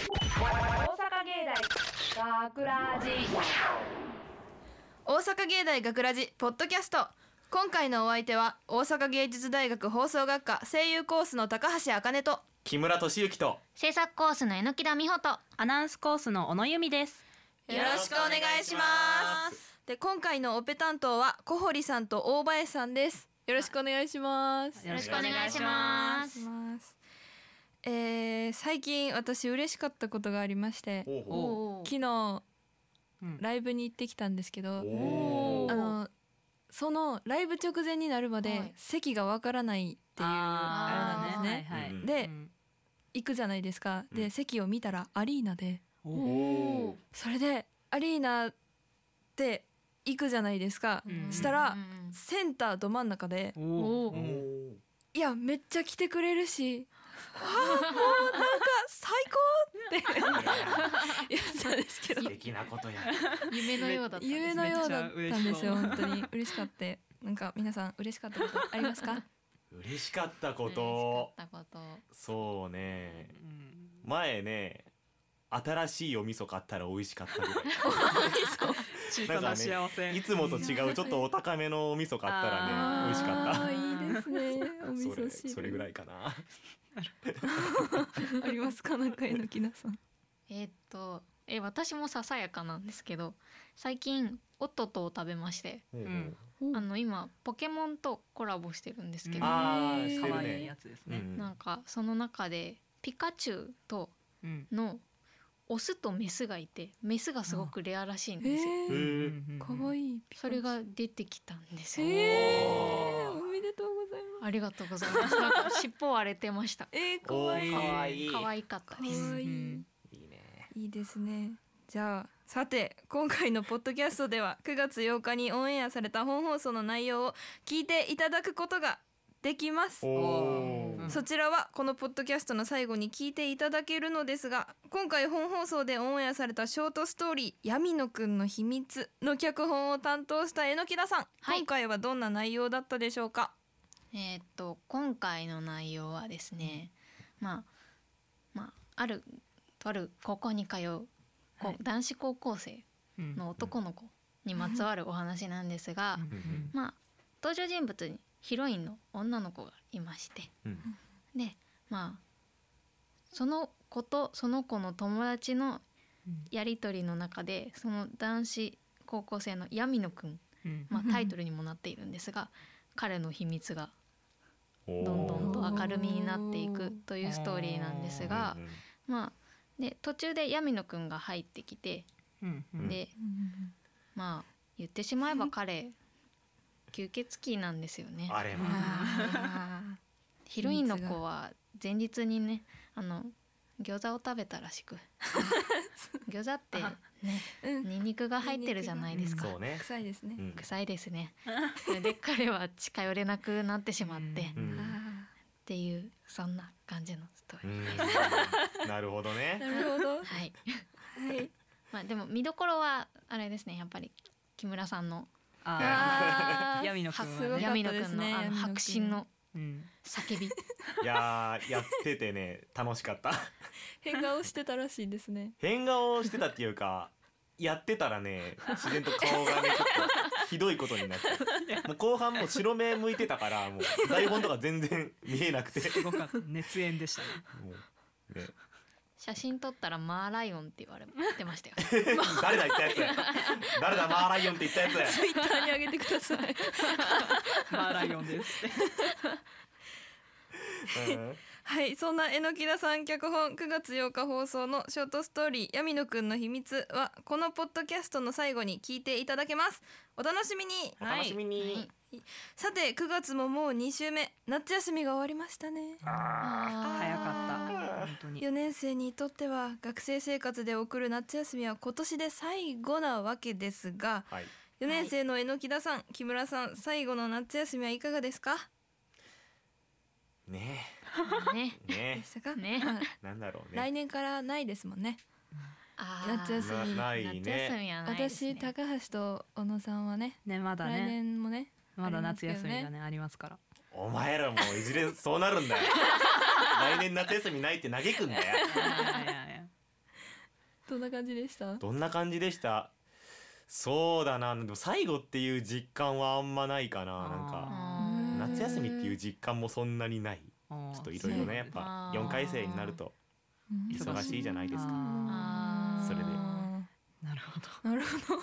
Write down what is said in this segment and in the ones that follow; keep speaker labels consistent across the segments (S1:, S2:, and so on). S1: 大阪芸大学ラジ
S2: 大阪芸大学ラジポッドキャスト今回のお相手は大阪芸術大学放送学科声優コースの高橋茜と
S3: 木村俊之と
S4: 制作コースの榎田美穂と
S5: アナウンスコースの小野由美です。
S2: よろしくお願いしますで今回のオペ担当は小堀さんと大林さんですよろしくお願いします
S5: よ
S4: よ
S5: ろ
S4: ろ
S5: し
S4: し
S5: く
S4: く
S5: お
S4: お
S5: 願
S4: 願
S5: い
S4: い
S5: し
S4: し
S5: ま
S4: ます。
S2: えー、最近私嬉しかったことがありまして
S5: お
S3: お
S2: 昨日
S5: うん
S2: ライブに行ってきたんですけど、
S3: お
S2: あのそのライブ直前になるま
S4: は
S2: で
S4: い
S2: 席がわからないっていうあれなんですね。
S5: はいはい。
S3: うん
S2: で行くじゃないですか。
S3: う
S2: で
S3: ん
S2: 席を見たらアリーナで
S3: おお
S2: それでアリーナで行くじゃないですか。
S5: うん
S2: したら
S4: うん
S2: センターど真ん中で
S4: うん
S5: お
S4: お
S3: お
S4: ー
S2: いやめっちゃ来てくれるし。あーもうなんか最高って言ったんですけど
S3: 素敵なことや
S4: 夢のようだったんですね
S2: 夢のようだったんですよ
S5: めっ
S2: 本当に嬉しかったなんか皆さん嬉しかったことあります か
S3: 嬉しかったこと
S4: 嬉しかったこと
S3: そうね
S5: うん
S3: 前ね新しいお味噌買ったら美味しかったぐらい
S5: 小さな幸せ。
S3: いつもと違うちょっとお高めのお味噌買ったら
S5: あー
S3: ね美味しかっ
S2: あーいいですねお
S3: た
S2: 味
S3: それ
S2: 噌汁
S3: それぐらいかな
S2: ありますか中の木田さん
S4: えーっとえ私もささやかなんですけど最近オットトを食べまして
S5: ん
S4: あの今ポケモンとコラボしてるんですけど、
S3: ああ
S2: へー
S3: して
S5: 可
S3: る
S5: 愛い
S3: ね
S5: やつですね。
S4: なんかその中でピカチュウと
S5: うん。
S4: のオスとメスがいてメスがすごくレアらしいん
S2: え
S4: ですよ。
S3: う
S2: ー
S3: ん
S2: かわ
S5: い。
S2: いい
S4: それが出てきたんです
S2: え
S4: よ。
S2: ーおめでとうございます
S4: ありがとうございます。なんか尻尾割れてました。
S2: えーか
S3: お
S2: わいい
S3: ー
S2: か
S3: かわいい
S4: 可愛かったです。
S2: わいい
S5: ん
S3: いいね
S2: いいですねじゃあさて今回のポッドキャストでは9月8日 にオンエアされた本放送の内容を聞いていただくことができます
S3: おお
S5: うん
S2: そちらはこのポッドキャストの最後に聞いていただけるのですが今回本放送でオンエアされたショートストーリー「闇野くんの秘密」の脚本を担当した榎木田さん、
S4: はい
S2: 今回はどんな内容だったでしょうか
S4: えーっと今回の内容はですね、まあまああるとある高校に通う、こう
S5: はい
S4: 男子高校生の男の子にまつわるお話なんですが、
S3: うん
S4: まあ登場人物にヒロインの女の子がいまして
S3: うん
S4: でまあその子とその子の友達のやり取りの中でその男子高校生の闇野くん、
S5: うん
S4: まあ、タイトルにもなっているんですが彼の秘密が
S3: おー
S4: どんどんと明るみになっていくというストーリーなんですが
S3: うんうん
S4: まあで途中で闇野くんが入ってきて
S5: うんうん
S4: でまあ言ってしまえば彼吸血鬼なんですよね。
S3: あれま
S2: あ
S4: ヒロインの子は前日にねあの餃子を食べたらし く餃子ってね
S2: ーうん
S4: ニンニクが入ってるじゃないですか
S3: そうね
S2: 臭いですね、
S3: うん
S4: 臭いですねそれで彼は近寄れなくなってしまってっ
S3: うん
S2: あ
S4: ていうそんな感じのストー
S3: う
S4: リー、
S3: んなるほど
S2: ー
S3: ね
S2: なるほ どは
S4: はい
S2: い
S4: まあでも見どころはあれですねやっぱり木村さんの
S5: あ
S2: あー
S5: あ。闇のくん
S2: すご
S5: は
S2: かっい
S5: ね。
S2: たですね
S4: 闇野くんの
S2: 闇
S4: あ
S2: 野
S4: の
S2: くん
S4: 白真の
S5: うん
S4: 叫び
S3: いやーやっててね楽しかった
S2: 変顔してたらしいですね
S3: 変顔してたっていうかやってたらね自然と顔がねちょっとひどいことになってもう後半もう白目向いてたからもう台本とか全然見えなくて
S5: すごかった熱演でしたね。
S3: もうね
S4: 写真撮ったらマーライオンって言われて ましたよ
S3: 誰だ言ったやつ誰だマーライオンって言ったやつ
S2: ツイッターに上げてください
S5: マーライオンです。
S3: うん
S2: はいそんな榎木田さん脚本9月8日放送のショートストーリー「闇野くんの秘密」はこのポッドキャストの最後に聞いていただけますお楽しみに
S3: お楽しみに
S2: さて9月ももう2週目夏休みが終わりましたね
S5: 早か
S4: っ
S5: った。本当に。
S2: 4年生にとっては学生生活で送る夏休みは今年で最後なわけですが
S3: はい
S2: 4年生の榎木田さん木村さん最後の夏休みはいかがですか
S3: ね
S4: たね
S3: えね
S2: でしたか、
S4: ね
S2: まあ
S3: えなんだろう
S2: 来
S3: ね
S2: 年からないですもんね
S4: あー
S2: 夏休み
S3: なない
S4: 夏休
S3: ね
S4: みはないですね
S2: 私高橋と小野さんはね
S5: ねまだ
S2: 来
S5: ね
S2: 年もね
S5: まだ夏休み
S2: ありますけ
S5: が
S2: ど
S5: ねありますから。
S3: お前らもいずれそうなるんだよ来年夏休みないって嘆くんだよ
S5: い やいやいや
S2: どんな感じでした
S3: どんな感じでしたそうだなでも最後っていう実感はあんまないかななんか
S5: あー
S3: 夏休みっていう実感もそんなにないちょっといろいろねやっぱ
S4: あー
S3: 4回生になると忙しいじゃないです
S5: あ
S3: か
S5: ー
S4: あー
S3: それで
S5: なるほど
S2: なるほど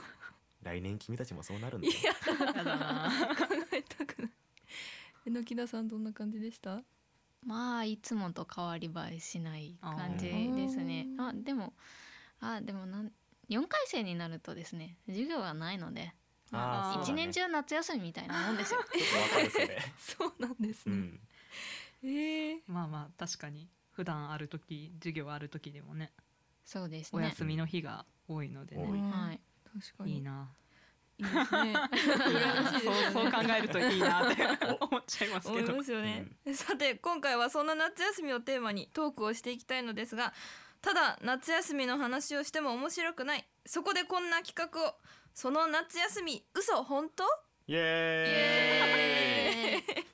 S3: 来年君たちもそうなるんだ
S2: い
S3: よ
S2: や
S5: やだな
S2: 考えたくない えのきださんどんな感じでした
S4: まあいつもと変わり映えしない感じ
S3: あ
S2: ー
S4: ですね
S2: あー
S4: あでもあでもなん4回生になるとですね授業がないので
S5: あー
S3: ーそう
S4: 一
S3: だね
S4: 年中夏休みみたいなもんですよ
S3: ちょっとわかるそれ
S2: そうなんです
S3: う
S2: ね、
S3: ん
S2: ええ
S5: まあまあ確かに普段ある時授業ある時でもね
S4: そうです
S5: お
S4: ね
S5: 休みの日が多いのでね
S3: み
S4: はい
S2: 確かに
S5: いいな
S2: な。いいですね。羨ましい
S5: そ
S2: です
S5: う
S2: よ
S5: そう
S2: ね
S5: 考えるといいなって思っちゃいます
S2: 思
S5: け
S2: い
S5: ど
S2: ますよね、さて今回はそんな夏休みをテーマにトークをしていきたいのですがただ夏休みの話をしても面白くないそこでこんな企画をその夏休み嘘本当
S3: イエーイ
S4: えー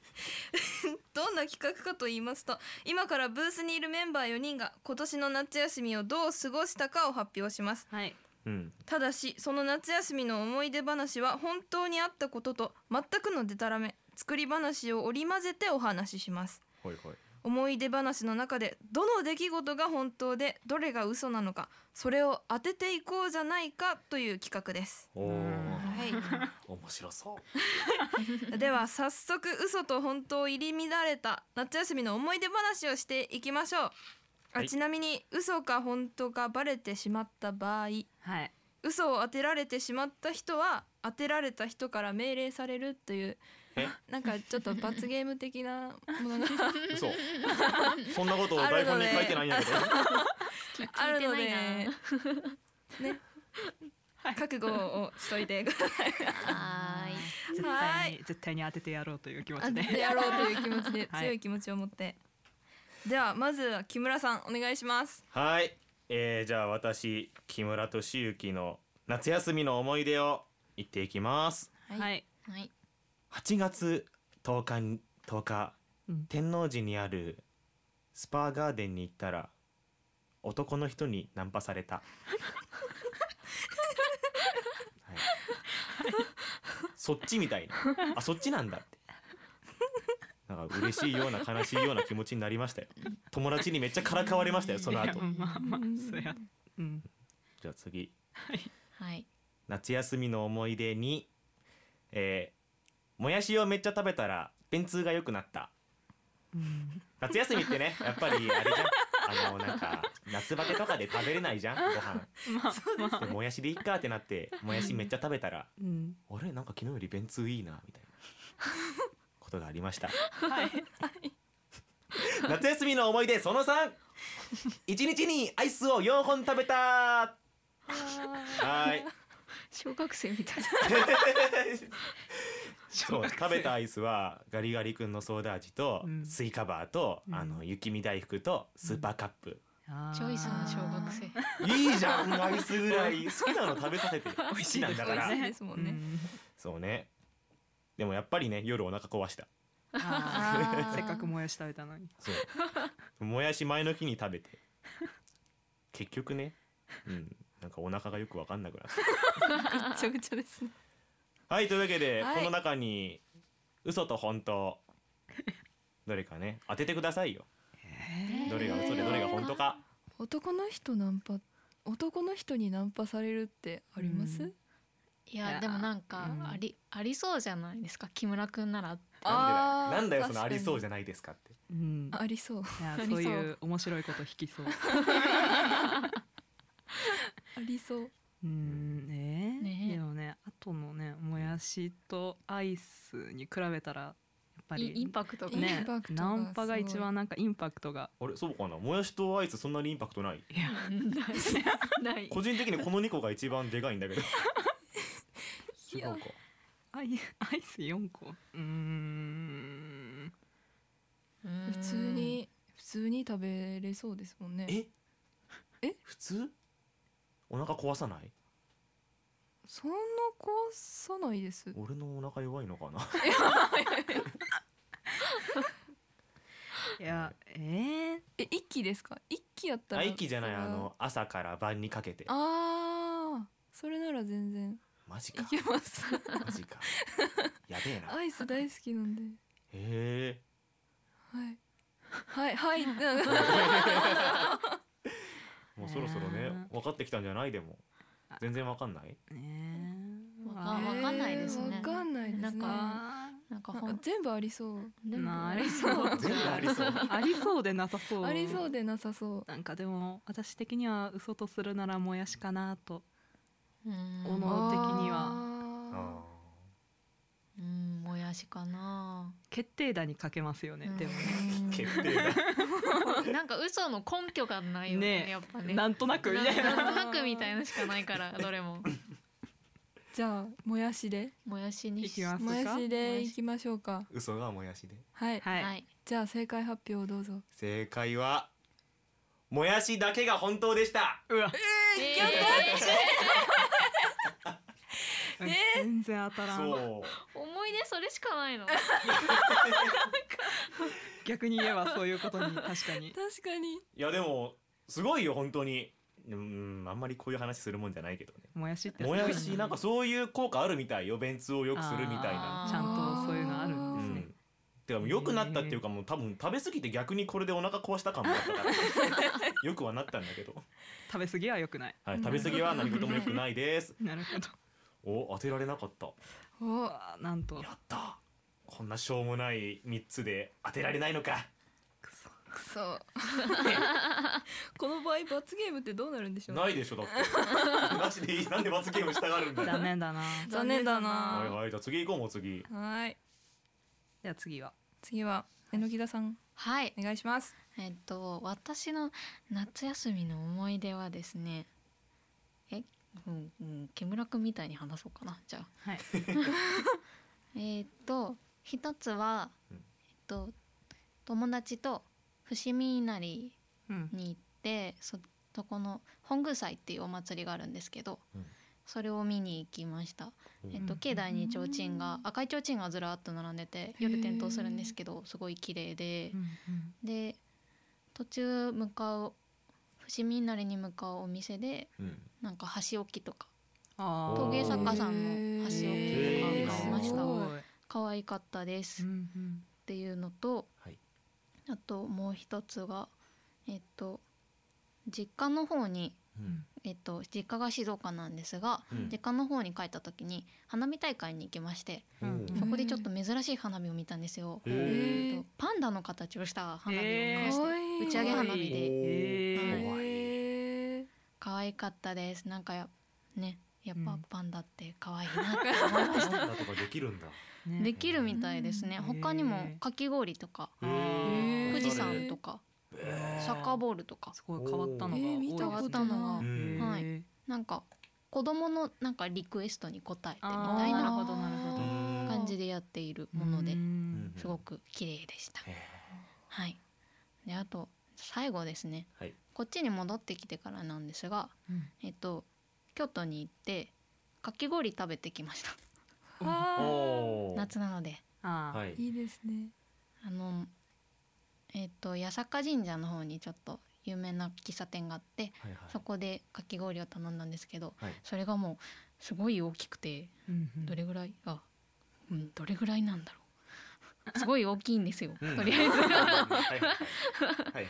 S2: どんな企画かと言いますと今からブースにいるメンバー4人が今年の夏休みをどう過ごしたかを発表します
S5: はい
S3: うん
S2: ただしその夏休みの思い出話は本当にあったことと全くのデタラメ作り話を織り交ぜてお話しします
S3: ほいほい
S2: 思い出話の中でどの出来事が本当でどれが嘘なのかそれを当てていこうじゃないかという企画です。
S3: おー
S2: は
S3: 面白そう
S2: い、 では早速嘘と本当を入り乱れた夏休みの思い出話をしていきましょう。あ
S3: はい
S2: ちなみに嘘か本当かバレてしまった場合
S5: はい
S2: 嘘を当てられてしまった人は当てられた人から命令されるという
S3: え
S2: なんかちょっと罰ゲーム的なものが
S3: 嘘そんなことを台本に書いてないんやけど
S2: あ
S4: 聞
S2: る
S4: いて
S2: の
S4: な
S2: で
S4: いな
S2: ね、覚悟をしといてください。
S4: はーい
S5: 絶
S2: は
S5: 対
S2: ー
S5: に絶対に当ててやろうという気持
S2: あ
S5: ちで
S2: でやろうという気持ちで、
S5: はい
S2: 強い気持ちを持って。ではまずは木村さんお願いします。
S3: はい、えー、じゃあ私木村敏之の夏休みの思い出を言っていきます
S5: はい
S4: はい
S3: 8月10日に10日
S5: うん
S3: 天王寺にあるスパーガーデンに行ったら男の人にナンパされた、はい、そっちみたいなあそっちなんだってなんか嬉しいような悲しいような気持ちになりましたよ友達にめっちゃからかわれましたよその
S5: いや
S3: 後
S5: まあまあそりゃうん
S3: じゃあ次
S4: はい
S3: 夏休みの思い出に、えーもやしをめっちゃ食べたら便通が良くなった
S5: うん
S3: 夏休みってねやっぱりあれじゃんあのなんか夏バテとかで食べれないじゃんご飯
S5: まあまあ
S3: でもやしでいっかってなってもやしめっちゃ食べたら
S5: うん
S3: あれなんか昨日より便通いいなみたいなことがありました
S5: はい
S3: 夏休みの思い出その3一日にアイスを4本食べたはーい
S4: 小学生みたいな
S3: そう食べたアイスはガリガリ君のソーダ味と、
S5: うん
S3: スイカバーと、
S5: うん
S3: あの雪見大福とスーパーカップ、
S5: あー
S4: チョイスの小学生
S3: いいじゃんアイスぐらい好きなの食べさせて美味しいなんだから
S2: 美味しいですもんね
S5: うん
S3: そうねでもやっぱりね夜お腹壊した
S5: あ
S4: あー
S5: ーせっかくもやし食べたのに
S3: そうもやし前の日に食べて結局ねうんなんかお腹がよく分かんなくなっ
S2: ぐっちゃぐちゃですね。
S3: たはいというわけで、
S2: はい
S3: この中に嘘と本当どれかね当ててくださいよどれが嘘でどれが本当か、
S2: 男の人ナンパ男の人にナンパされるってあります？
S5: うん
S4: い
S5: い
S4: や
S5: や
S4: でもなんか
S5: うん
S4: あり、ありそうじゃないですか木村くんなら
S2: あー
S3: なんでだよなんだよその
S2: 確
S3: あ
S2: かに
S3: りそうじゃないですかって
S5: うん
S2: ありそう。
S5: いや
S2: ありそう
S5: そういう面白いこと引き そう
S2: ありそう。
S5: うんね
S4: ね
S5: でもねあとのねもやしとアイスに比べたらやっぱ
S4: い
S5: り
S4: インパクトが
S5: ね
S2: インパクトが
S5: ナンパが一
S2: すごい
S5: 番なんかインパクトが
S3: あれそうかなもやしとアイスそんなにインパクトない
S5: いや
S4: ない
S3: 個人的に この2個が一番でかいんだ けど違うか
S5: アイアイス4個うーん
S4: 普
S2: 普通に普通に食べれそうですもんね。
S3: え
S2: え
S3: 普通お腹壊さない
S2: そんな壊さないです。
S3: 俺のお腹弱いのかな
S5: いやえー、
S2: え一期ですか一期やったら
S3: あいきじゃない
S2: それ
S3: あ
S2: は
S3: の朝から晩にかけて
S2: あーそれなら全然
S3: マ
S2: い
S3: ジか
S2: けます
S3: マジかやべえな
S2: アイス大好きなんで
S3: へえ
S2: はいはいはいなんか
S3: もうそろそろね分かってきたんじゃないでも全然わかんない
S5: ねえ
S4: わあわかんないですね
S2: わかんないですね
S4: な
S2: なんんか
S4: か
S5: あ
S4: なんか本
S2: 全部ありそう
S4: で
S5: ー
S4: も
S5: まあありそう
S3: 全部ありそう
S5: ありそうでなさそう
S2: ありそうでなさそう
S5: なんかでも私的には嘘とするならもやしかなと
S4: うん
S5: おの能的には
S3: あ
S4: うんもやしかな
S5: 決定打にかけますよね、でも
S3: ー決定だ
S4: うん なんか嘘の根拠がないよね
S5: ねえ
S4: やっぱね
S5: ねなんとなくみたいな
S4: ななんとなくみたいなしかな いからどれも
S2: じゃあもやしで
S4: もやしに
S5: いきます
S2: もや
S5: か
S2: しでいきましょうか
S3: 嘘がもやしで
S2: はい、
S5: はい、
S4: はい
S2: じゃあ正解発表をどうぞ
S3: 正解はもやしだけが本当でした
S5: うわ、
S4: え
S5: 全然当たらん
S3: そう
S4: ー思い出それしかないの
S5: 逆に言えばそういうことに確か に
S2: 確かに
S3: いやでもすごいよ本当にうんあんまりこういう話するもんじゃないけどね
S5: もやしって
S3: もやしなんかそういう効果あるみたいよ便通をよくするみたいな
S4: あー
S5: ちゃんとそういうのある
S3: うん
S5: ですね、
S3: んてかもう良くなったっていうかもう多分食べ過ぎて逆にこれでお腹壊したかもだっ たからよくはなったんだけど、
S5: 食べ過ぎは良くない
S3: はい、食べ過ぎは何事も良くないです
S5: なるほど
S3: お当てられなかった
S5: う
S2: お
S5: わなんと
S3: やったこんなしょうもない3つで当てられないのか
S5: くそ
S2: くそ この場合罰ゲームってどうなるんでしょうね
S3: ないでしょだってなしでいいなんで罰ゲームしたがるんだよ
S5: 残念だな
S2: 残念だ
S3: は
S2: ない
S3: はいじゃあ次行こうもう次
S2: はい
S5: じゃあ次は
S2: 次は榎田さん
S4: はい
S2: お願いします
S4: えっと私の夏休みの思い出はですねえ、うんうん、木村君みたいに話そうかなじゃあ
S5: はい
S4: えっと一つは、
S3: うん
S4: えっと、友達と伏見稲荷
S5: うん
S4: に行ってそそこの本宮祭っていうお祭りがあるんですけど、
S3: うん
S4: それを見に行きました、
S3: うん
S4: えっと境内に提灯が赤い提灯がずらっと並んでて夜点灯するんですけどすごい綺麗で、で途中向かう伏見稲荷に向かうお店で
S3: うん
S4: なんか箸置きとか
S5: あー
S4: 陶芸作家さんの箸置き
S3: へ
S4: とか
S3: ー
S4: 買いまし
S2: す
S4: た
S2: ごい
S4: 可愛かったです
S5: う
S4: っ
S5: んうん
S4: ていうのと、
S3: はい
S4: あともう一つがえっと実家の方に
S3: うん
S4: えっと、実家が静岡なんですが、
S3: うん
S4: 実家の方に帰った時に花火大会に行きまして、
S5: うん
S4: そこでちょっと珍しい花火を見たんですよ、
S3: へ
S2: ー
S4: えっとパンダの形をした花火を見まし
S2: か
S4: て、
S2: わいい
S4: 打ち上げ花火で
S5: え
S3: お
S5: ー
S2: へ
S3: ー
S2: ー
S4: 可愛かったですなんかやねやっ
S5: う
S4: ぱ
S5: ん
S4: パンダって可愛いな って思いま
S3: パ
S4: し
S3: ンダとかできるんだ
S5: ね
S4: たできるみたいですね
S5: うん
S4: 他にも
S5: へー
S4: かき氷とか
S5: へ
S3: へ
S5: ー
S3: ー
S4: 富士山とかサッカーボールとか
S5: すごい変わったのが多い
S2: え
S5: ですね
S2: ー見たこ
S4: 変わっ
S2: と
S4: た
S2: な
S4: のが
S2: い
S3: うん
S4: はい
S5: へー
S4: なんか子供のなんかリクエストに応えてみ
S5: あー
S4: たい
S5: なる
S4: な
S5: ほどなるほど
S3: うん
S4: 感じでやっているもので
S5: うん
S4: すごく綺麗でした。
S3: へ
S4: はい。であと最後ですね。
S3: はい
S4: こっちに戻ってきてからなんですが、
S5: うん
S4: えっと京都に行ってかき氷食べてきました。
S3: ー
S2: あ
S3: おー
S4: 夏なので、
S5: あー
S3: はい
S2: ーいいですね
S4: あのえっと八坂神社の方にちょっと有名な喫茶店があって、
S3: はい
S4: そこでかき氷を頼んだんですけど、
S3: はい
S4: それがもうすごい大きくて、
S5: うんうん
S4: どれぐらいあ、うんどれぐらいなんだろう。 すごい大きいんですよ。
S3: うん
S4: とりあえず
S3: はいはいはい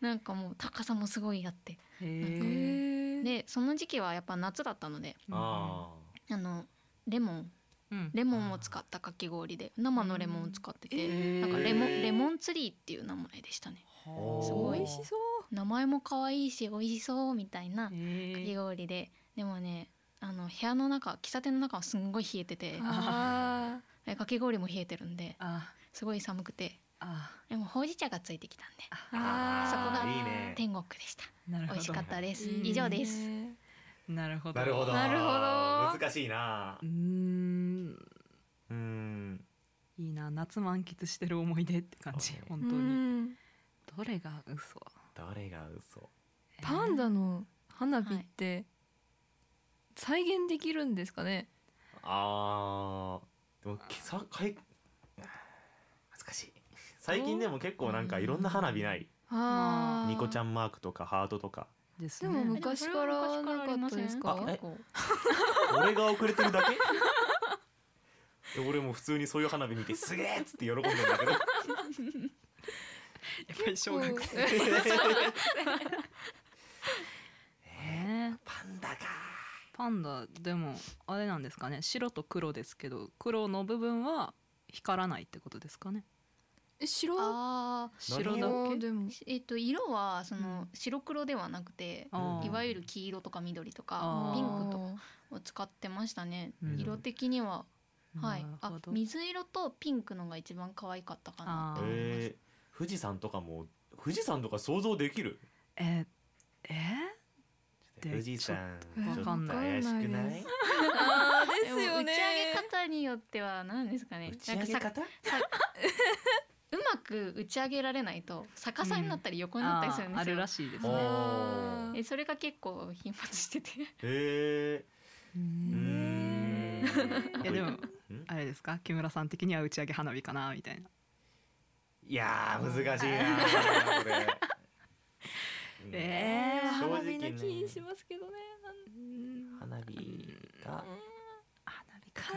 S4: なんかもう高さもすごいあって。
S5: へ
S2: へ
S5: ー
S2: ー
S4: でその時期はやっぱ夏だったので
S3: あ
S4: あのレモン
S5: うん
S4: レモンを使ったかき氷で生のレモンを使ってて、
S5: えー
S4: なんかレモンレモンツリーっていう名前でしたね
S5: はあ
S4: すごい
S2: 美味しそう
S4: 名前も可愛いし美味しそうみたいなか
S5: へ
S4: き
S5: ー
S4: 氷ででもねあの部屋の中喫茶店の中はすんごい冷えてて
S2: あ
S4: えかき氷も冷えてるんで
S5: あ
S4: すごい寒くて
S5: あ
S4: でもほうじ茶がついてきたんで
S2: ー
S4: そこ
S2: あ
S4: が
S2: ー
S3: いいね
S4: 天国でした
S5: なるほ
S4: 美
S5: ど
S4: 味しかったです
S2: いいね
S4: 以上です
S5: なるほど
S3: なるほど
S2: なるほど
S3: 難しいな
S5: うーん
S3: うん
S5: いいな夏満喫してる思い出って感じ
S3: そうね
S5: 本
S2: う
S5: 当に
S2: ん
S5: どれが嘘
S3: どれが嘘
S2: パン
S5: ダ
S2: ダの花火って再現できるんですかね
S3: あーでもけさかい難しい最近でも結構なんかいろんな花火ない
S5: ま
S4: あー
S3: ニコちゃんマークとかハートとか
S5: です
S2: で
S5: ね
S2: も
S4: えでも
S2: 昔
S4: それ
S2: か
S4: は
S2: ら
S4: 昔か
S2: な
S4: らあ
S2: か
S4: り
S2: っ
S4: ま
S2: た
S4: せん
S2: です
S3: あ
S2: か
S3: え
S4: 結構
S3: 俺が遅れてるだけで俺も普通にそういう花火見てすげえっつって喜んでんだけど
S5: やっぱり小学生ね
S3: パンダか
S5: パンダでもあれなんですかね白と黒ですけど黒の部分は光らないってことですかね
S2: え白
S4: あ
S5: 白だ
S2: あ
S5: け
S2: でも
S4: ーえっと色はそうの白黒ではなくて
S5: あー
S4: いわゆる黄色とか緑と
S5: あー
S4: かピンクとかを使ってましたね
S5: うん
S4: 色的にははい
S5: なる
S4: あ
S5: ほど
S4: 水色とピンクのが一番可愛かったかな
S5: あー
S3: えー、富士山とかも富士山とか想像できる
S5: ええで
S3: 富士山
S5: ちょっと
S3: ちょっと怪しくな
S2: あー
S3: い
S2: で
S4: ですも
S2: よ
S4: 打
S2: ね
S4: ち上げ方によっては何ですかね
S3: 打ち上げ
S4: なんか
S3: 方
S4: さうまく打ち上げられないと逆さになったり横になったりするん
S5: あーあ
S4: です
S5: る
S4: よ
S5: ら、しいです
S3: お
S5: ね
S3: ー
S4: えそれが結構頻発してて
S3: へえうーん
S5: いやでも
S3: ん
S5: あれですか木村さん的には打ち上げ花火かなみたいない
S3: やー難しいなーこれうん
S5: え
S2: えー
S3: 正直ね
S2: 花火な気しますけどねなん
S3: 花火が
S5: 花火
S2: か
S5: か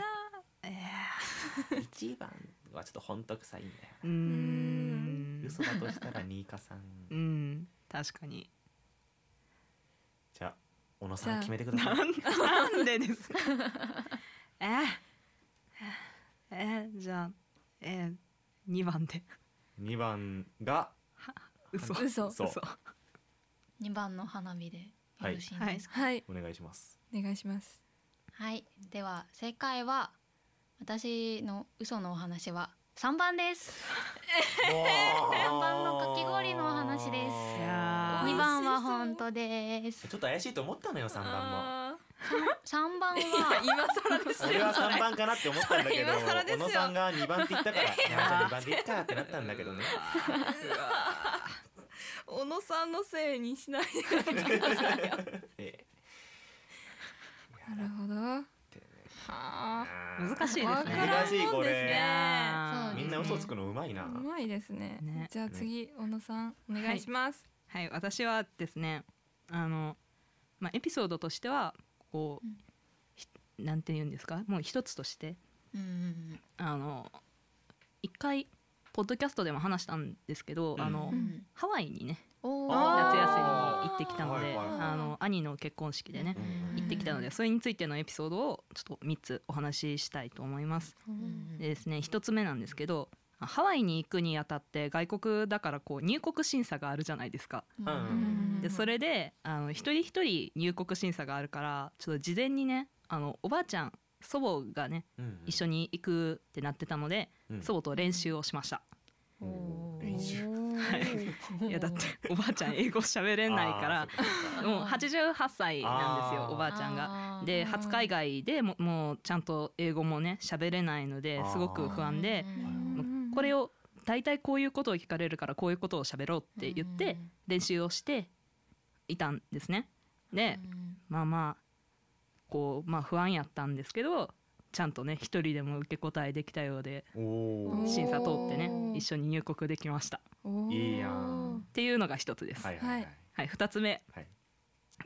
S5: え
S3: 一番はちょっと本当臭いんだよ
S5: ーうーん
S3: 嘘だとしたら二か三
S5: うん確かに
S3: じゃあ小野さん決めてください
S5: なんでですかえーえーじゃあえー、2番 で
S3: 二番が
S5: 嘘
S2: 嘘
S3: そう
S4: 2番の花火でよろしいんですか
S2: はい
S3: お願いします
S2: お願いします
S4: はい、では正解は私の嘘のお話は3番です
S3: 看
S4: 番のかき氷のお話です
S5: いやあー
S4: 2番は本当です
S3: ちょっと怪しいと思ったのよ三番も
S2: あ
S4: 3番
S2: ーいや
S4: は
S2: 今更ですよ
S3: 俺は三番かなって思ったんだけど
S2: それ今更です
S3: 小
S2: よ
S3: 野さんが二番って言ったからいやじゃあ二番でいっかってなったんだけどね
S2: 小野さんのせいに しないで
S3: え
S2: なるほどは
S3: え
S2: あ
S5: 難しいです
S2: わ
S5: ね
S2: からんもん
S3: 難しいこ
S2: です
S3: れ
S2: ね
S4: そう
S5: ー
S4: で
S3: み
S4: す
S3: んな嘘つくのうまいな
S2: うまいですね
S5: ね
S2: じゃあ次小野さんお願いします
S5: はい私はですねあの、まあ、エピソードとしてはこう、
S4: うん
S5: ひなんて言うんですかもう一つとして
S4: うんうんうん
S5: あの一回ポッドキャストでも話したんですけど、
S3: うん
S5: あの
S4: うん
S5: ハワイにね
S4: お
S3: あ
S5: 夏
S3: ー
S5: 休みに行ってきたので、
S3: はいはいはい
S5: あの兄の結婚式でね
S3: う、ん
S5: 行ってきたの
S4: う
S5: でそれについてのエピソードをちょっと3つお話ししたいと思います。でですね1つ目なんですけどハワイに行くにあたって外国だからこう入国審査があるじゃないですか。
S4: うん
S5: でそれであの一人一人入国審査があるからちょっと事前にねあのおばあちゃん祖母がね
S3: うん
S5: 一緒に行くってなってたので、
S3: うん
S5: 祖母と練習をしました。
S4: おー
S3: 練習
S5: いやだっておばあちゃん英語喋れないか
S3: あーそっ
S5: ら
S3: か
S5: もう88歳なんです
S3: あ
S5: よ
S3: ー
S5: おばあちゃんが。
S4: が
S5: で
S2: うん
S5: 初海外でももうちゃんと英語もね喋れないので
S3: あー
S5: すごく不安でもうこれ
S2: を
S5: を大体こういうことを聞かれるからこういうことを喋ろうって言って練習をしていたんですね。でまあまあこうまあ不安やったんですけどちゃんとね一人でも受け答えできたようで
S3: おお
S2: ー
S5: 審査通ってね
S2: おー
S5: 一緒に入国できました
S3: いいやん
S5: っていうのが一つです。
S3: は
S5: はい
S3: はいはい
S5: 2つ目
S3: はい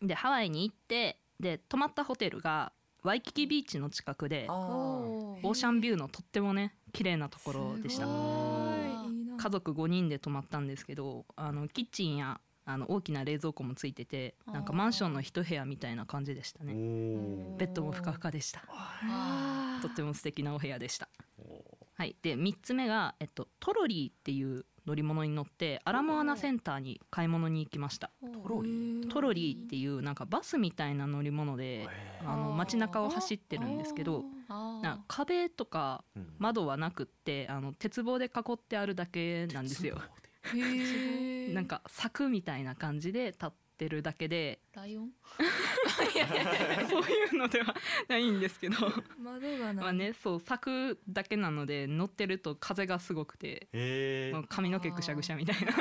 S5: でハワイに行ってで泊まったホテルがワイキキビーチの近くで
S3: あ
S5: オーシャンビューのとってもね綺麗なところでした
S2: すごいいいな
S5: 家族5人で泊まったんですけどあのキッチンやあの大きな冷蔵庫もついててなんかマンションの一部屋みたいな感じでした
S3: ー
S5: ね
S3: お
S5: ベッドもふかふかでしたとっても素敵なお部屋でした
S3: ーお
S5: はいで3つ目が、えっと、トロリーっていう乗り物に乗ってアラモアナセンターに買い物に行きました
S3: ートロリ
S5: トロリーっていうなんかバスみたいな乗り物
S3: ー
S5: で
S3: へ
S5: あの街中を走ってるんですけどなんか壁とか
S3: ーうん
S5: 窓はなくってあの鉄棒で囲ってあるだけなんですよ。 なんか柵みたいな感じで立ってるだけで
S4: ライオン
S5: そういうのではないんですけ ど
S2: 窓が
S5: まあ
S2: な
S5: ねそう柵だけなので乗ってると風がすごくて
S3: へえ
S5: もう髪の毛ぐしゃぐしゃみたいな。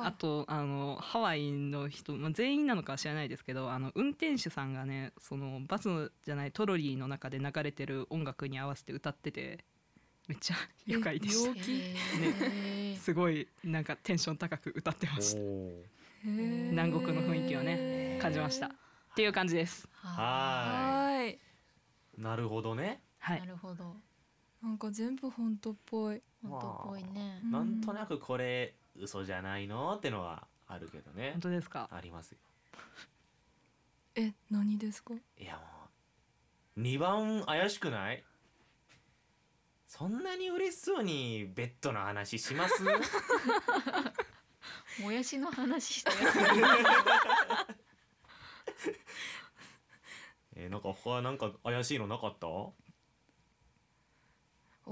S2: あ
S5: あとあのハワイの人、まあ、全員なのかは知らないですけどあの運転手さんがねそのバスじゃないトロリーの中で流れてる音楽に合わせて歌っててめっちゃ愉快でし
S2: 陽
S5: た
S2: 気
S4: へー
S5: すごいなんかテンション高く歌ってました
S3: おー
S5: 南国の雰囲気をね感じましたっていう感じです
S3: は
S2: はーい
S3: い。なるほどね。
S5: は
S4: ないるほど
S2: なんか全部本当っぽい
S4: 本当っぽいね
S2: うん
S3: なんとなくこれ嘘じゃないのってのはあるけどね
S5: 本。当ですか
S3: ありますよ。
S2: え何ですか
S3: いやもう二番怪しくない？そんなに嬉しそうにベッドの話します？
S4: もやしの話して
S3: えー、なんか他なんか怪しいのなかった？
S2: お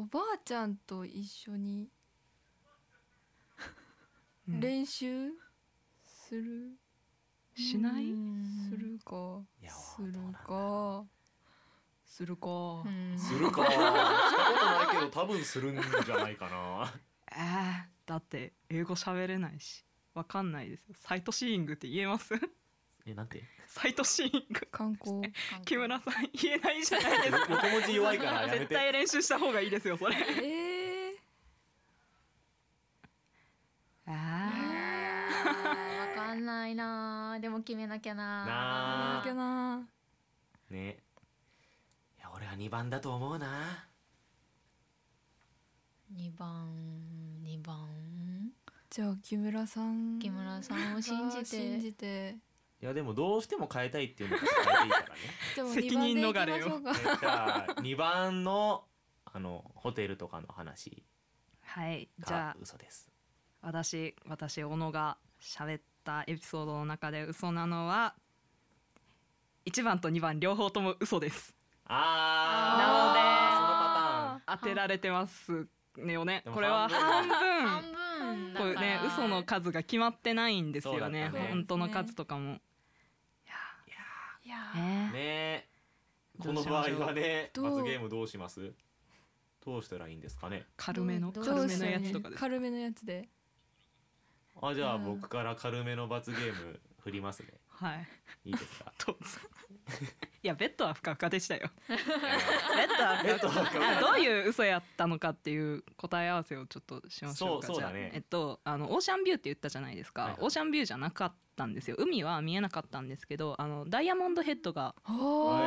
S2: ばあちゃんと一緒に
S5: うん
S2: 練習する、
S5: しない
S2: するか
S3: いや
S2: する
S3: どうなんだ
S2: かするか、
S4: うん
S3: するか。したことないけど多分するんじゃないかな。
S5: あーだって英語喋れないしわかんないですよサイトシーイングって言えます
S3: えなんて？
S5: サイトシーイング
S2: 観 光
S5: 木村さん言えないじゃないですか
S3: 横文字弱いから やめ
S5: 絶
S3: て。
S5: 対練習した方がいいですよそれ
S2: えー、
S5: あ
S4: あーわかんないなーでも決めなきゃ
S3: な
S4: な
S2: なん
S3: あ
S2: だっけな
S3: ねいや俺は2番だと思うな
S4: 二番二番
S2: じゃあ木村さん
S4: 木村さんを信
S2: 信じ
S4: じ
S2: て
S4: て
S2: 信じて
S3: いやでもどうしても変えたいっていうのが変えていいからね
S2: でも
S5: 責任
S2: 二番で
S5: 逃れ
S2: いきましょうか
S3: えじゃあ2番のあのホテルとかの話
S5: はいじゃ
S3: が
S5: あ
S3: 嘘です
S5: 私私小野が喋ったエピソードの中で嘘なのは1番と2番両方とも嘘です
S3: あー
S5: 当てられてますよね
S3: でも
S5: これは半
S3: 半分
S5: 分
S4: 半分だ
S5: こ
S4: か
S5: れ
S4: ら
S5: ね嘘の数が決まってないんですよね
S3: そうだったね
S5: 本当の数とかも
S2: い
S3: そのパターンいや
S2: やー
S5: ね
S3: ーね
S5: どう
S3: この
S5: し
S3: 場
S5: ましょう
S3: 合はね
S2: どう
S3: 罰ゲームどうしますどうしたらいいんですかね
S5: 軽めの
S4: ど
S5: 軽
S4: う
S5: め
S4: し
S5: の
S4: ようね
S5: やつとかです
S2: 軽めのやつで
S3: あじゃあ
S2: うん
S3: 僕から軽めの罰ゲーム振りますね
S5: はい
S3: いいです か
S5: どうぞいやベッドはふかふかでしたよベッド
S3: えっと
S5: あどういう嘘やったのかっていう答え合わせをちょっとしましょうか
S3: そう
S5: じゃあ
S3: そうだね
S5: えっとあのオーシャンビューって言ったじゃないですか、
S3: はいはい
S5: オーシャンビューじゃなかったんですよ海は見えなかったんですけどあのダイヤモンドヘッドが
S2: お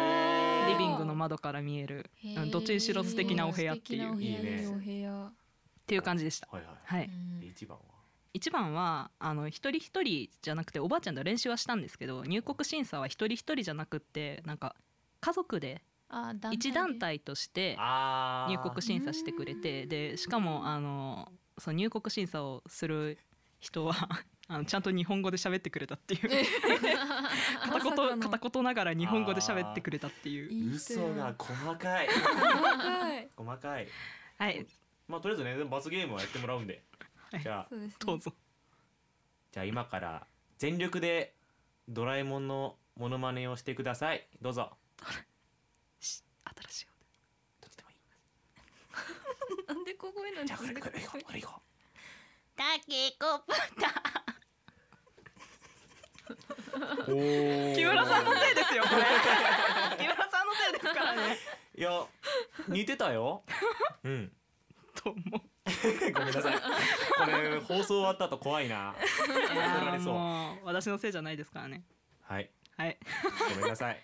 S5: リビングの窓から見える
S4: へー
S5: あのどっちにしろ素敵なお部屋ってい
S4: 素敵なお
S5: うっ
S4: 部屋です
S3: いいね
S2: お部屋
S5: ていう感じでした
S3: はいは
S5: はいい
S3: いで1番は
S5: 一番はあの一人一人じゃなくておばあちゃんと練習はしたんですけど入国審査は一人一人じゃなくってなんか家族で
S4: あ団
S5: 一団体として
S3: あー
S5: 入国審査してくれてでしかもあのそう入国審査をする人は あのちゃんと日本語で喋ってくれたっていう片
S2: まさか
S5: 言
S2: の
S5: 片言ながら日本語で喋ってくれたっていう
S2: いい人や
S3: 嘘が細かい
S2: 高い
S3: 細かい
S5: はい
S3: まあとりあえずねでも罰ゲームはやってもらうんで、
S5: はい
S3: じゃあ
S2: そうですね
S5: どうぞ
S3: じゃあ今から全力でドラえもんのモノマネをしてくださいどうぞ
S5: し新しいよ
S3: どっちでもいい
S2: なんで小声なんで
S3: じゃあ
S2: す
S3: これ
S2: か
S3: これいこうこれいこ
S4: タケコプタ
S3: うお
S5: 木村さんのせいですよこれ木村さんのせいですからね
S3: いや似てたようん
S5: と思う
S3: ごめんなさいこれ放送終わった後怖いない怒ら
S5: や
S3: れ
S5: ー
S3: そう
S5: もう私のせいじゃないですからね
S3: はい
S5: はい
S3: ごめんなさい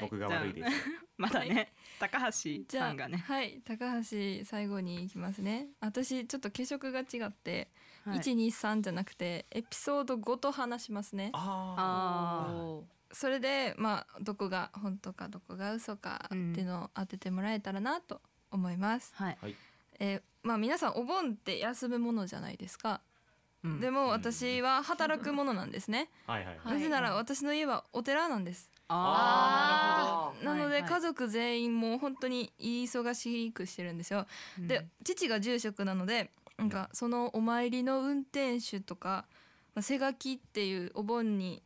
S3: 僕が悪いです
S5: まだね高橋
S2: じゃ
S5: さ
S2: あ
S5: んがね
S2: はい高橋最後に行きますね私ちょっと化粧が違って
S5: はい
S2: 一二三じゃなくてエピソードごと話しますね
S3: あ
S5: あ
S2: それでまあどこが本当かどこが嘘かっていうのを当ててもらえたらなと思います、
S5: はい
S3: はい
S2: えーまあ皆さんお盆って休むものじゃないですか、
S5: うん
S2: で
S3: うん
S2: も私は働くものなんで すね、
S3: ーはいはい
S4: はい
S2: なぜなら私の家はお寺なんです
S5: あー
S2: なので
S5: はいはい
S2: 家族全員もう本当に忙しくしてるんですよ、
S5: ーなるほど
S2: で父が住職なのでなんかそのお参りの運転手とか、まあ、背書きっていうお盆に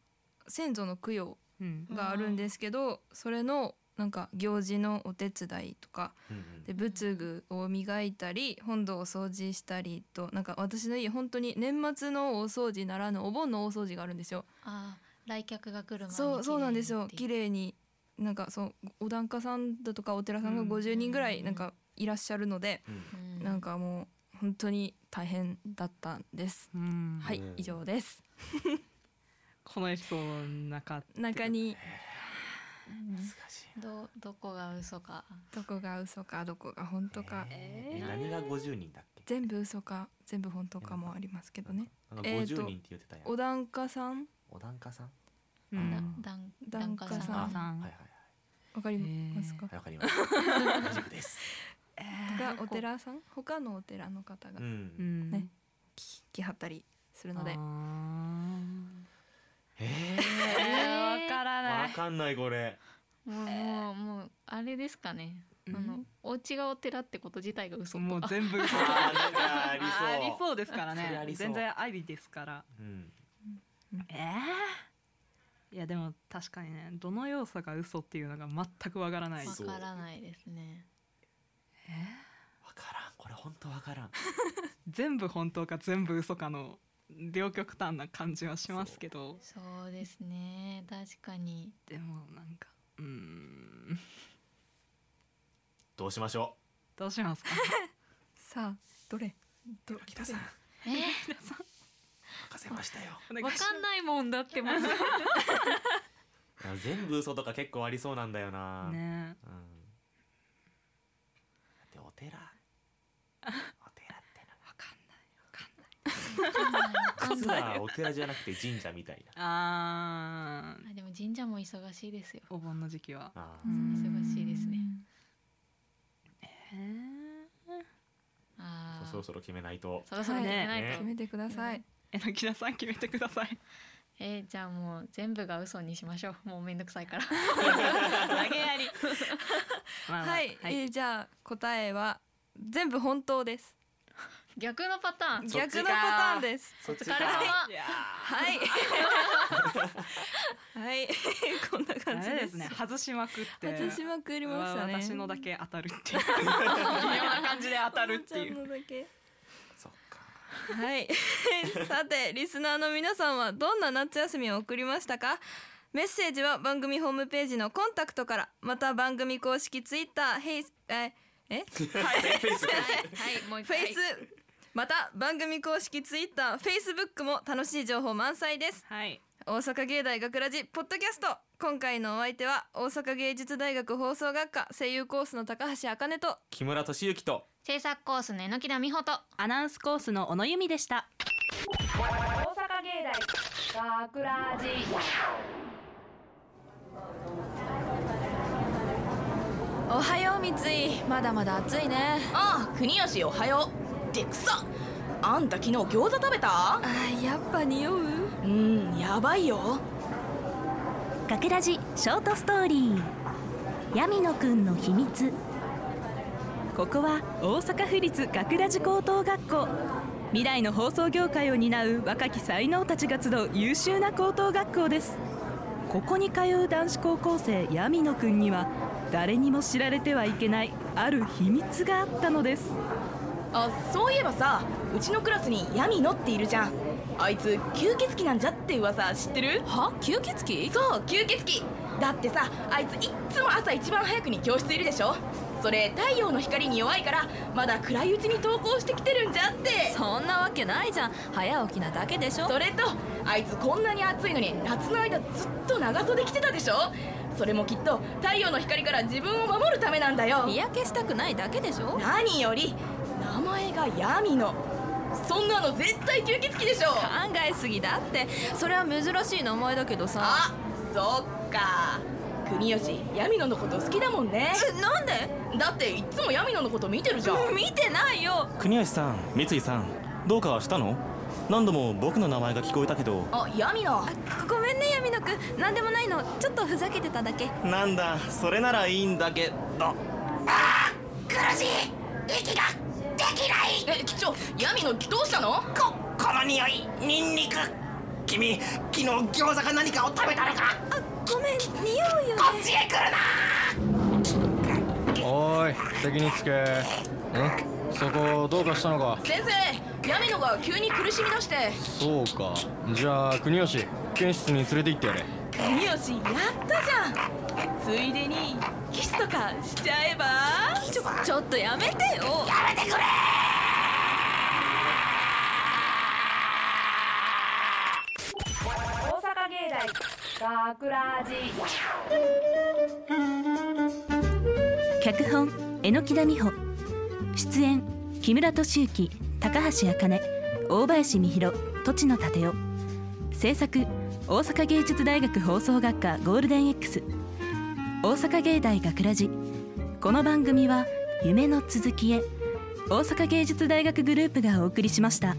S2: 先祖の供養
S5: うん
S2: があるんですけど、それのなんか行事のお手伝いとか
S3: うんうん
S2: で仏具を磨いたり本堂を掃除したりとなんか私の家本当に年末のお掃除ならぬお盆のお掃除があるんですよ。
S4: あー来客が来る前に
S2: そうそうなんですよ綺
S4: 麗
S2: 麗になんかそうお檀家さんだとかお寺さんが
S5: うん
S2: 50人ぐらいなんかいらっしゃるので
S3: うん
S4: うん
S2: なんかもう本当に大変だったんです。
S5: うん
S2: はい
S3: うん
S2: 以上です。
S5: このエピソードの中
S2: 中に
S3: 難しい
S4: どどこが嘘か
S2: どこが嘘かどこが本当か
S3: えー何が50人だっけ
S2: 全部嘘か全部本当かもありますけどね。
S3: なんか
S2: え
S3: 50
S2: ーと
S3: 人って言ってたやん、
S2: お団家さん
S3: お檀家さん
S5: う
S4: だ
S5: ん
S4: だん
S2: だんかさん
S4: だんか
S5: さ
S3: は
S5: ん
S3: いはい
S2: わかりますか
S3: は？いわかりました大丈夫 です
S2: がお寺さん他のお寺の方が
S3: う
S2: 聞
S5: うんん
S2: ねきはったりするので
S5: あーえ
S3: え
S4: えー
S5: ーわから
S3: ー
S5: な
S3: わ
S5: い
S3: かんないこれ
S4: もうもうもうあれですかね、あのお家がお寺ってこと自体が嘘と
S5: もう全部嘘
S3: あーなんかありそう
S5: ありそうですから
S3: それあ
S5: ね
S3: りそう
S5: 全然ありですから
S3: うん
S5: えーいやでも確かにねどの要素が嘘っていうのが全くわからない
S4: わからないですね
S3: わからんこれ本当わからん
S5: 全部本当か全部嘘かの両極端な感じはしますけど
S4: そうですね確かに
S5: でもなんかうーん
S3: どうしましょ
S5: どうします か
S2: さあどれど
S3: う北さん
S4: えー
S5: 皆さん
S3: 任せましたよ
S5: お願
S4: わ
S5: いします
S4: かんないもんだってまず
S3: いや全部嘘とか結構ありそうなんだよな、
S5: ね
S3: うん、だってお 寺お寺ってな
S5: わ
S3: んか
S5: かんないわかんない
S3: 実はお寺じゃなくて神社みたい
S5: あ
S4: あでも神社も忙しいですよ
S5: ーお盆の時期は
S3: なあ
S5: う
S3: ー
S5: ん
S4: 忙しいですね
S5: えー
S4: あー
S3: そろそろ決めないと
S4: そろそろ出てない
S3: ね
S4: と、
S2: 決めてください
S5: えのきなさん決めてください
S4: えーじゃあもう全部が嘘にしましょうもうめんどくさいか ら
S5: 投げやり まあまあ
S2: はい、
S5: は
S2: え
S5: い
S2: ーじゃあ答えは全部本当です
S4: 逆のパターン
S3: そっ
S2: 逆
S3: ちか
S2: のパターンです
S3: そっ
S4: お
S3: ち
S4: 疲れ様
S5: いやー
S2: はい はいこんな
S5: ダ
S2: 感じ
S5: メ
S2: で
S5: ですす ね外しまくって
S2: 外しまくりましたね
S5: 私のだ け当たるっていう微妙な感じで当たるってい
S2: お
S5: う
S2: もちゃのだけ
S3: そっか
S2: はい さてリスナーの皆さんはどんな夏休みを送りましたかメッセージは番組ホームページのコンタクトからまた番組公式ツイッターヘイスええ
S4: はい、はい、もう一
S2: フ
S4: 回
S2: ェイスまた番組公式ツイッターフェイスブックも楽しい情報満載です
S5: はい
S2: 大阪芸大学ラジポッドキャスト今回のお相手は大阪芸術大学放送学科声優コースの高橋茜と
S3: 木村敏之と
S4: 制作コースの榎田美穂と
S5: アナウンスコースの小野由美でした
S1: 大阪芸大学ラジ
S2: おはよう三井まだまだ暑いね
S6: ああ国吉おはようてくそあんた昨日餃子食べた
S2: あーやっぱ匂う
S6: うんやばいよ
S7: 学ラジショートストーリー闇野くんの秘密ここは大阪府立学ラジ高等学校未来の放送業界を担う若き才能たちが集う優秀な高等学校ですここに通う男子高校生闇野くんには誰にも知られてはいけないある秘密があったのです
S6: あそういえばさうちのクラスに闇野っているじゃんあいつ吸血鬼なんじゃって噂知ってるは吸血鬼そう吸血鬼だってさあいついっつも朝一番早くに教室いるでしょそれ太陽の光に弱いからまだ暗いうちに登校してきてるんじゃって
S2: そんなわけないじゃん早起きなだけでしょ
S6: それとあいつこんなに暑いのに夏の間ずっと長袖着てたでしょそれもきっと太陽の光から自分を守るためなんだよ
S2: 日焼けしたくないだけでしょ
S6: 何より名前が闇のそんなの絶対吸血鬼でしょ
S2: 考えすぎだってそれは珍しい名前だけどさ
S6: あそっか国吉闇野のこと好きだもんね
S2: えなんで
S6: だっていっつも闇野のこと見てるじゃん
S2: 見てないよ
S3: 国吉さん三井さんどうかしたの何度も僕の名前が聞こえたけど
S6: あ闇野
S2: ごごめんね闇野くんなんでもないのちょっとふざけてただけ
S3: なんだそれならいいんだけど
S6: え機長闇野どうしたの
S8: ここの匂いニンニク君昨日餃子か何かを食べたのかあごめん匂いよ、こっちへ来るな
S9: おーい席につけえそこどうかしたのか
S6: 先生闇野が急に苦しみだして
S9: そうかじゃあ国吉研室に連れて行ってやれ
S6: 国吉やったじゃんついでにキスとかしちゃえば
S10: ちょば
S11: ちょっとやめてよ
S10: やめてくれ
S12: 大阪芸大学ラジ
S2: 脚本榎田美穂出演木村敏之高橋茜大林美弘土地の立夫制作大阪芸術大学放送学科ゴールデン X 大阪芸大学ラジこの番組は夢の続きへ大阪芸術大学グループがお送りしました。